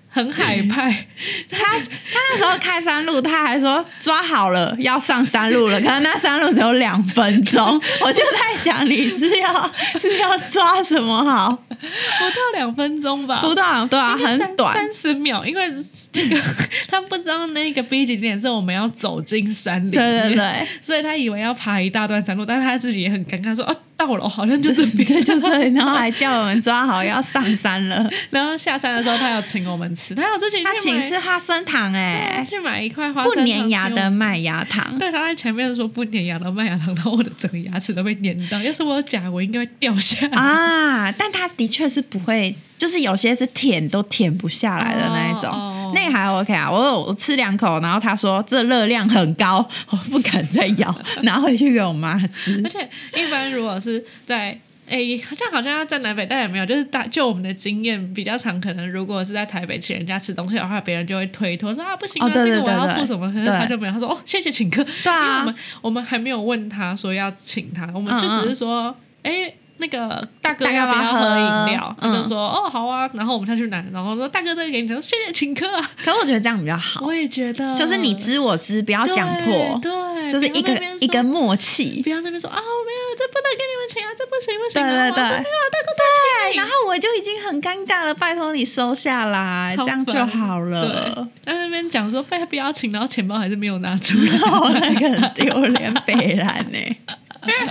很海派。他他那时候开山路，他还说抓好了要上山路了，可是那山路只有两分钟，我就在想你是要是要抓什么好？不到两分钟吧，不到对啊，很短，三十秒，因为这个 他不知道那个 B 景点是我们要走进山里面，对对对，所以他以为要爬一大段山路，但是他自己也很尴尬，说哦到了，好像就这边， 对就这里，然后还叫我们抓好要上山了。 然后下山的时候他有请我们吃，他有自己去他请吃买花生糖哎、去买一块花生不糖粘牙给的我。麦芽糖。对，他在前面说不粘牙的麦芽糖，然后我的整个牙齿都被粘到。要是我有假，我应该会掉 下来。啊，但它的确是不会，就是有些是舔都舔不下来的那一种，哦哦那个还 OK 啊。我有我吃两口，然后他说这热量很高，我不敢再咬，拿回去给我妈 吃而。且一般如果是在诶，好像好像要在南北，但也没有，就是大就我们的经验比较常，可能如果是在台北请人家吃东西的话，别人就会推脱说啊不行啊，哦对这个对我要对付什么，可是对他就没有，他说哦谢谢请客，对啊我们我们还没有问他说要请他，我们嗯就只是说诶，那个大哥要不要喝饮料？大哥要不要喝嗯他就说、哦好啊，然后我们下去拿，然后说大哥这个给你，他说谢谢请客啊。可我觉得这样比较好，我也觉得，就是你知我知，不要对讲破，哦对，就是不一要个那边一说个默 契。不要那边说啊，我没有，这不能给你们请啊，这不行不行。对对然后我对，要说没有啊大哥对对，然后我就已经很尴尬了，拜托你收下来，超这样就烦好了。对，在那边讲说被不要请，然后钱包还是没有拿 出来，哦，那个很丢脸，北兰呢、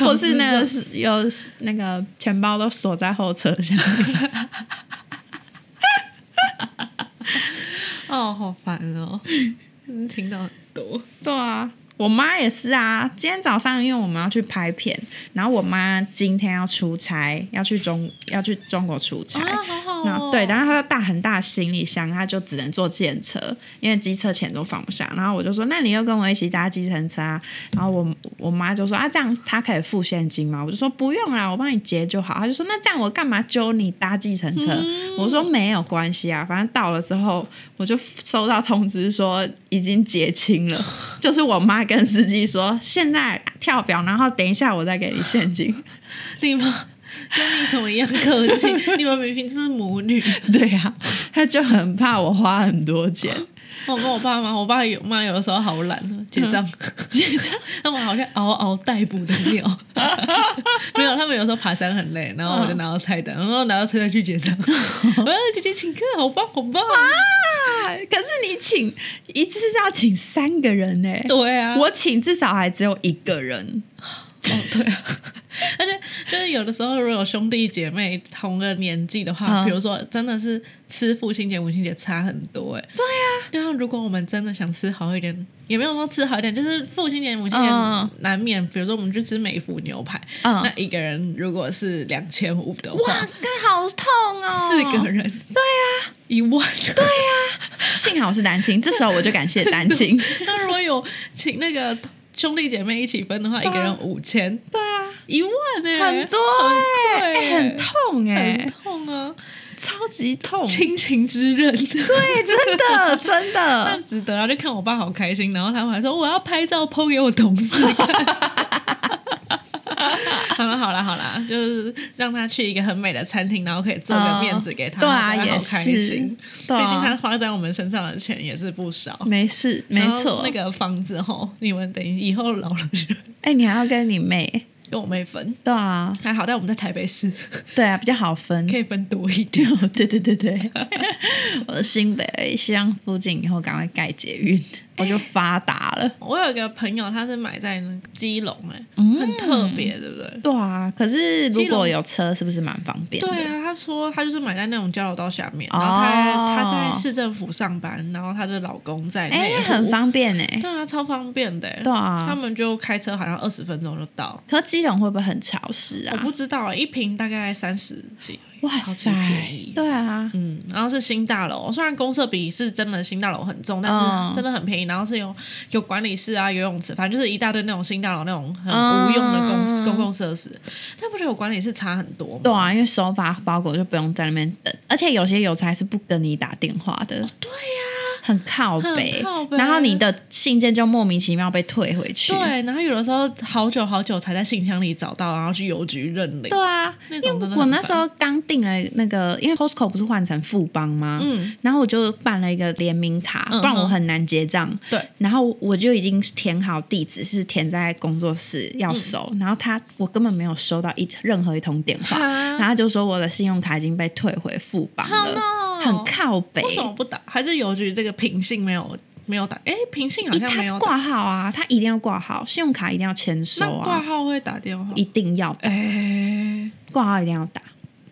或是那个是有那个钱包都锁在后车厢，哦，好烦哦，嗯听到很多，对啊。我妈也是啊，今天早上因为我们要去拍片，然后我妈今天要出差，要去中要去中国出差，啊，好好然哦后，对，然后他大很大的行李箱，他就只能坐计程车，因为机车钱都放不下。然后我就说，那你又跟我一起搭计程车啊？然后我我妈就说啊，这样他可以付现金吗？我就说不用啦，我帮你结就好。他就说那这样我干嘛揪你搭计程车？我说没有关系啊，反正到了之后我就收到通知说已经结清了，就是我妈跟司机说现在跳表，然后等一下我再给你现金。 你们跟你怎么一样客气？ 你们明明就是母女。对呀、啊，他就很怕我花很多钱。我跟我爸妈，我爸有妈有的时候好懒哦，结账嗯 结账，他们好像嗷嗷待哺的鸟。 没有，他们有时候爬山很累，然后我嗯就拿到菜单，然后拿到菜单去结账。 啊，姐姐请客，好棒好棒！啊！ 可是你请一次是要请三个人呢、对啊，我请至少还只有一个人，哦，对、啊， 而且就是有的时候，如果有兄弟姐妹同个年纪的话，嗯比如说真的是吃父亲节、母亲节差很多哎、对呀、对啊，如果我们真的想吃好一点，也没有说吃好一点，就是父亲节、母亲节嗯难免，比如说我们去吃美孚牛排，嗯那一个人如果是两千五的话，干好痛哦四 个人，对啊，一万，对啊呀、幸好我是单亲，这时候我就感谢单亲。 那如果有请那个兄弟姐妹一起分的话，一对啊个人五千，对啊，一万哎、很多很哎、贵欸很痛哎、很痛啊！超级痛。亲情之刃，对，啊真的真那的，值得啊！就看我爸好开心，然后他们还说我要拍照 PO 给我同事看。好了好了好了，就是让他去一个很美的餐厅，然后可以做个面子给他，嗯对啊让他好也开是心。对啊毕竟他花在我们身上的钱也是不少。没事，没然后错。那，个房子吼，你们等以后老了就哎、你还要跟你妹，跟我妹分，对啊，还好，但我们在台北市对啊，比较好 分。可以分多一 点。对对对对， 我的新北希望附近以后赶快盖捷运，哎我就发达了。我有一个朋友，他是买在那个基隆、欸，哎、嗯很特别，对不对？对啊，可是如基果隆有车，是不是蛮方便的？对啊，他说他就是买在那种交流道下面，哦然后他、他在市政府上班，然后她的老公在内哎、湖那很。方便 哎、对啊，超方便的欸。对啊他们就开车好像二十分钟就到。可基隆会不会很潮湿我啊？不知道欸，一瓶大概三十几，哇超级塞便宜，。对啊，嗯，然后是新大楼，虽然公社比是真的新大楼很重，但嗯是真的很便宜。然后是有有管理室啊、游泳池，反正就是一大堆那种新大楼那种很无用的公司、嗯公共设施。但不觉得有管理室差很多吗？对啊，因为手法包裹就不用在那边等，而且有些邮差是不跟你打电话的，哦对呀、很靠北很靠北然后你的信件就莫名其妙被退回去。对，然后有的时候好久好久才在信箱里找到，然后去邮局认领。对啊，那因种真的为很我那烦时候刚订了那个，因为 Costco 不是换成富邦吗？嗯，然后我就办了一个联名卡，嗯哼不然我很难结账。对，然后我就已经填好地址，是填在工作室嗯要收，然后他我根本没有收到一任何一通电话，啊然后他就说我的信用卡已经被退回富邦好了，闹哦很靠北。为什么不打？还是邮局这个平信没有没有打？哎，平信好一像他没是有打。挂号啊，他一定要挂号，信用卡一定要签收那挂啊，号会打电话？一定要哎，挂号一定要打。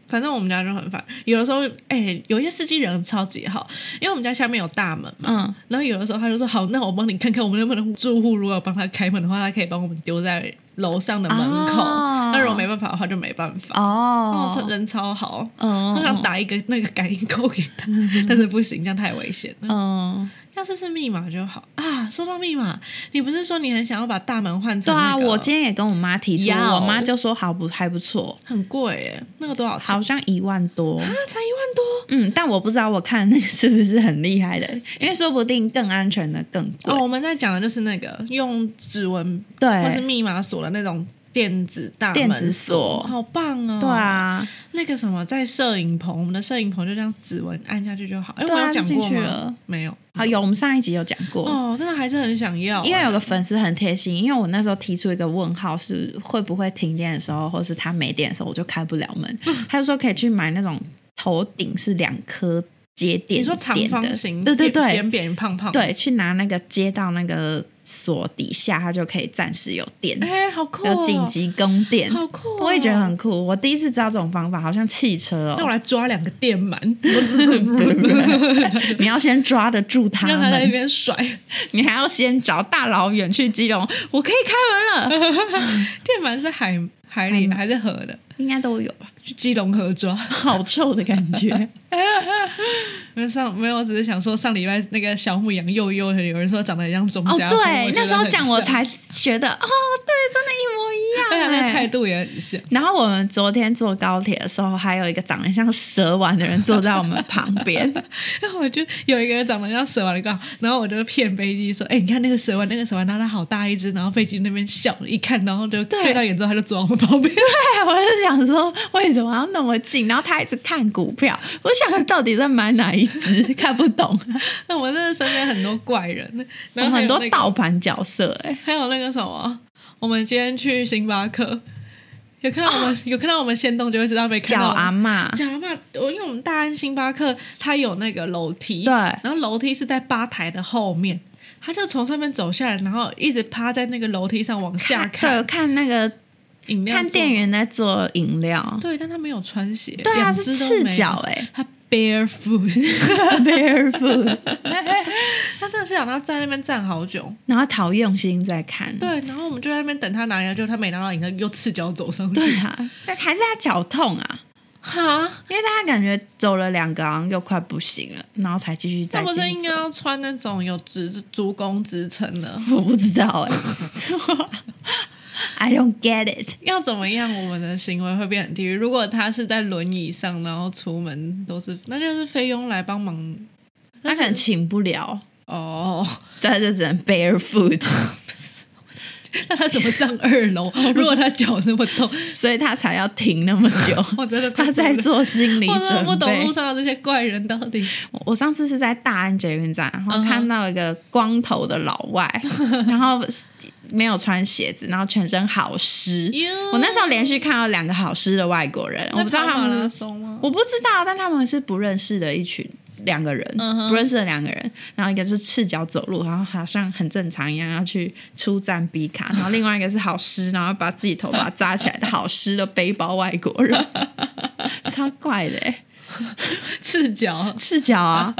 反正我们家就很烦，有的时候哎，有些司机人超级好，因为我们家下面有大门嘛。嗯，然后有的时候他就说好，那我帮你看看我们能不能住户如果要帮他开门的话，他可以帮我们丢在楼上的门口。哦那如果没办法的话，就没办法。啊哦，哦，人超好，嗯我想打一个那个感应扣给他，但是不行，这样太危险了。嗯，要是是密码就好啊。说到密码，你不是说你很想要把大门换成、对那啊，个？我今天也跟我妈提出，要我妈就说好不还不错，很贵耶，那个多少钱？好像一万多。啊，才一万多。嗯，但我不知道我看那个是不是很厉害的，因为说不定更安全的更贵。哦，我们在讲的就是那个用指纹或是对，密码锁的那种电子大门电子锁好棒哦。对，啊，那个什么，在摄影棚，我们的摄影棚就这样指纹按下去就好。哎、对啊我有讲就过进去吗了？没有。好有我们上一集有讲过，哦，真的还是很想要耶，因为有个粉丝很贴心，因为我那时候提出一个问号是会不会停电的时候，或是他没电的时候，我就开不了 门，他就说可以去买那种头顶是两颗接你点说长点方的形，对对扁对，扁扁胖胖，，对，去拿那个接到那个锁底下，它就可以暂时有电，哎、好酷、哦，有紧急供电。好酷、哦，我也觉得很酷，我第一次知道这种方法，好像汽车那我哦。来 抓两个电鳗， 你要先抓得住他让他在那们，边甩。你还要先找大老远去基隆，我可以开门了，电鳗是海海里的还是河的？应该都有吧？去基隆河抓。好臭的感觉，因为上 没有，我只是想说上礼拜那个小母羊幼幼，有人说长得很像钟哦，家富、对我，觉得那时候很讲我像，才觉得，哦，对，对真的，一模啊，一样、那哎。态度也很像。 然后我们昨天坐高铁的时候，还有一个长得像蛇丸的人坐在我们旁边，然后我就有一个人长得像蛇丸的，然后我就骗飞机说：“哎、你看那个蛇丸，那个蛇丸，然后它好大一只。”然后飞机那边笑，一看，然后就对对到眼之后，他就坐我们旁边。对， 我就想说为什么要那么近？然后他一直看股票，我想到底在买哪一只，看不 懂。那我真的身边很多怪人，我然后还很有多那个盗版角色、哎，还有那个什么，我们今天去星巴克，有看到我们、有看到我们先动，就会知道被看哦叫到我们。阿妈，脚阿嬷我因为我们大安星巴克它有那个楼梯，对然后楼梯是在吧台的后面，他就从上面走下来，然后一直趴在那个楼梯上往下对，看看那个饮料，看店。员在做饮料，对，但他没有穿鞋，对啊，两是只都赤没有脚， 哎、他 barefoot， barefoot，他真的是想到在那边站好久。然后陶用心在看，对，然后我们就在那边等他拿饮料，结果他没拿到饮料，又赤脚走上去。对啊，但还是他脚痛啊，哈，因为他感觉走了两个，好像又快不行了，然后才继续再那不继是续应该走要穿那种有职足弓支撑的？我不知 道哎、i don't get it。要怎么样，我们的行为会变很地狱？如果他是在轮椅上，然后出门都是，那就是菲佣来帮忙。他可能请不了，哦， 他就只能 barefoot， 那他怎么上二楼？如果他脚那么痛，所以他才要停那么 久。我真的 快他在疯了。做心理我真的不准懂备路。上的这些怪人到底我我上次是在大安捷运站，然后嗯哼看到一个光头的老 外，然后没有穿鞋子，然后全身好湿。我那时候连续看到两个好湿的外国人，我我不知道他马拉们是松吗？我不知道，但他们是不认识的一群两个人嗯哼不认识的两个人，然后一个是赤脚走路，然后好像很正常一样要去出站比卡，然后另外一个是好湿，然后把自己头发扎起来的好湿的背包外国 人，超怪的、欸，赤脚，赤脚啊，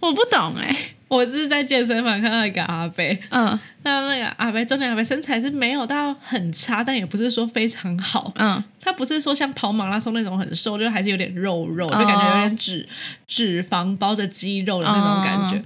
我不懂哎、我是在健身房看到一个阿伯，嗯那那个阿伯中年阿伯身材是没有到很差，但也不是说非常好，嗯，他不是说像跑马拉松那种很瘦，就还是有点肉肉，哦就感觉有点脂脂肪包着肌肉的那种感觉。哦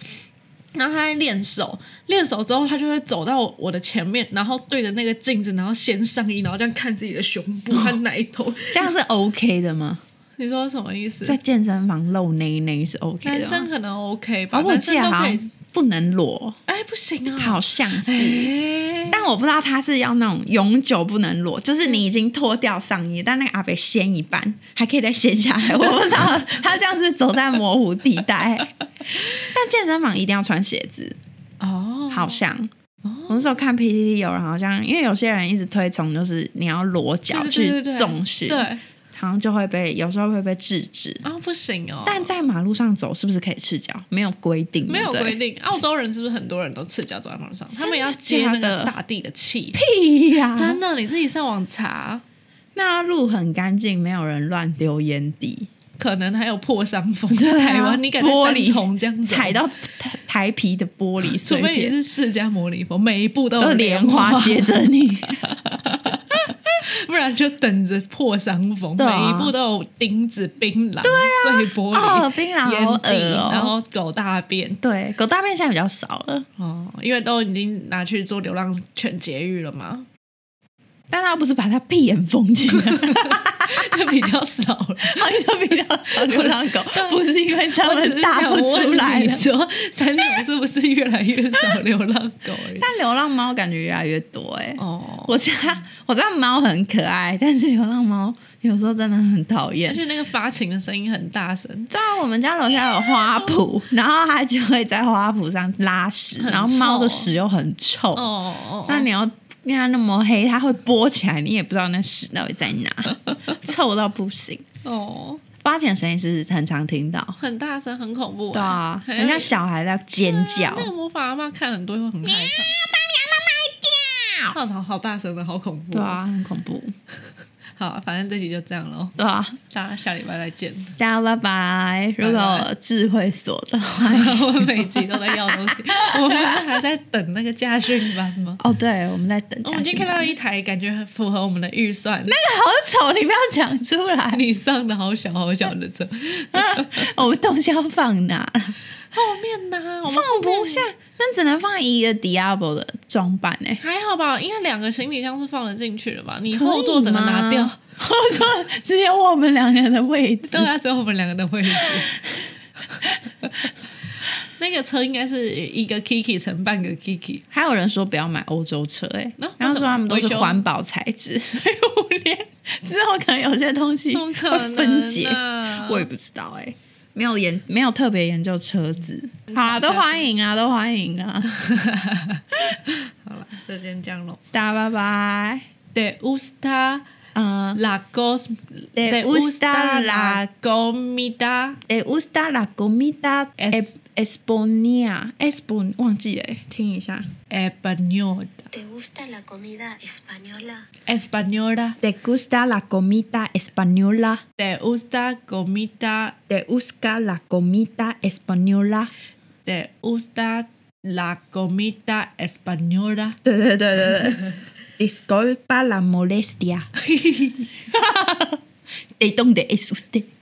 然后他在练手，练手之后他就会走到我的前面，然后对着那个镜子，然后掀上衣，然后这样看自己的胸部和奶头。这样是 OK 的吗？你说什么意思？在健身房露内内是 OK 男的生吗？可能 OK 吧，啊，我男记生得都好可以。像不能裸，哎，不行啊！好像是。哎，但我不知道他是要那种永久不能裸，就是你已经脱掉上衣，但那个阿北掀一半，还可以再掀下来。我不知道他这样是走在模糊地带。 但健身房一定要穿鞋子，哦，好像。我哦，那时候看 PPT 有人好像，因为有些人一直推崇就是你要裸脚对去对对对重训，对啊，好像就会被有时候会被制止。不行哦，但在马路上走是不是可以赤脚？没有规定，没有对不对规定，澳洲人是不是很多人都赤脚走在马路上？真的他们也要接那假的个大地的气，屁啊呀、真的，你自己上网查，那路很干净，没有人乱丢烟蒂。可能还有破伤风。对啊在台湾，你敢在玻三璃重这样走 踩，到台台皮的玻 璃除碎非你片，是释迦牟尼佛，每一步都都有莲花花接，着你。 不然就等着破伤风，对每啊一步都有钉子、槟榔、碎玻璃、，哦槟榔好烟恶蒂，然后哦。狗大便。对，狗大便现在比较少了，哦，因为都已经拿去做流浪犬绝育了嘛， 但他不是把它屁眼封起来，就比较少了。好像比较少流浪狗，不是因为它我只们是大想不出来问你了。说三种是不是越来越 少流浪狗而已？但流浪猫感觉越来越多哎、哦，我家 我知道猫很可爱，但是流浪猫有时候真的很讨而厌。且那个发情的声音很大声，在我们家楼下有花圃，然后它就会在花圃上拉屎，哦很然后猫的臭屎又很臭。哦哦，那你要跟它那么黑，它会拨起来，你也不知道那屎到底在哪， 臭到不行。哦发钱声音是很常听到，很大声，很恐怖欸，对啊，还很像小孩在尖对叫啊。那个魔法阿妈看很多会很害怕，帮你阿妈卖掉，好好大声的，好恐怖， 对，啊，很恐怖。好，反正这集就这样喽，对啊，大家下礼拜再 见。大家拜拜。如果有智慧锁的话， 我们每集都在要东西，我们不是还在等那个家训班 吗？ 哦，对，我们在等我家训班。们今天看到一台感觉很符合我们的预算， 好丑，你不要讲出 来。你上的好小好小的车，我们东西要放哪？后面呢、我们放后面不下，那只能放一个 Diablo 的装扮哎、还好吧？应该两个行李箱是放得进去的吧？你可以后座整个拿 掉吗， 后座只有我们两个人的位置。对啊，只有我们两个的位置。那个车应该是一个 Kiki 乘半个 Kiki， 还有人说不要买欧洲车、欸，哎、啊然后为什说么他们都是维修环保材质，所以我连之后可能有些东西怎么可能、会啊？分解，我也不知道哎、没有研没有特别研究车子，好啦，都欢迎啊，都欢迎啊，好了，就先这样咯。大家拜拜， De gusta 嗯、 la cos Te gusta la comida De gusta la comida Es- Estonia Eston 忘记了，欸听一下 Española，Española， ¿Te gusta la comida española? Te gusta la comida española te gusta comida Te gusta la comida española te gusta la comida española，对对对对对 Disculpa la molestia 得动的 es usted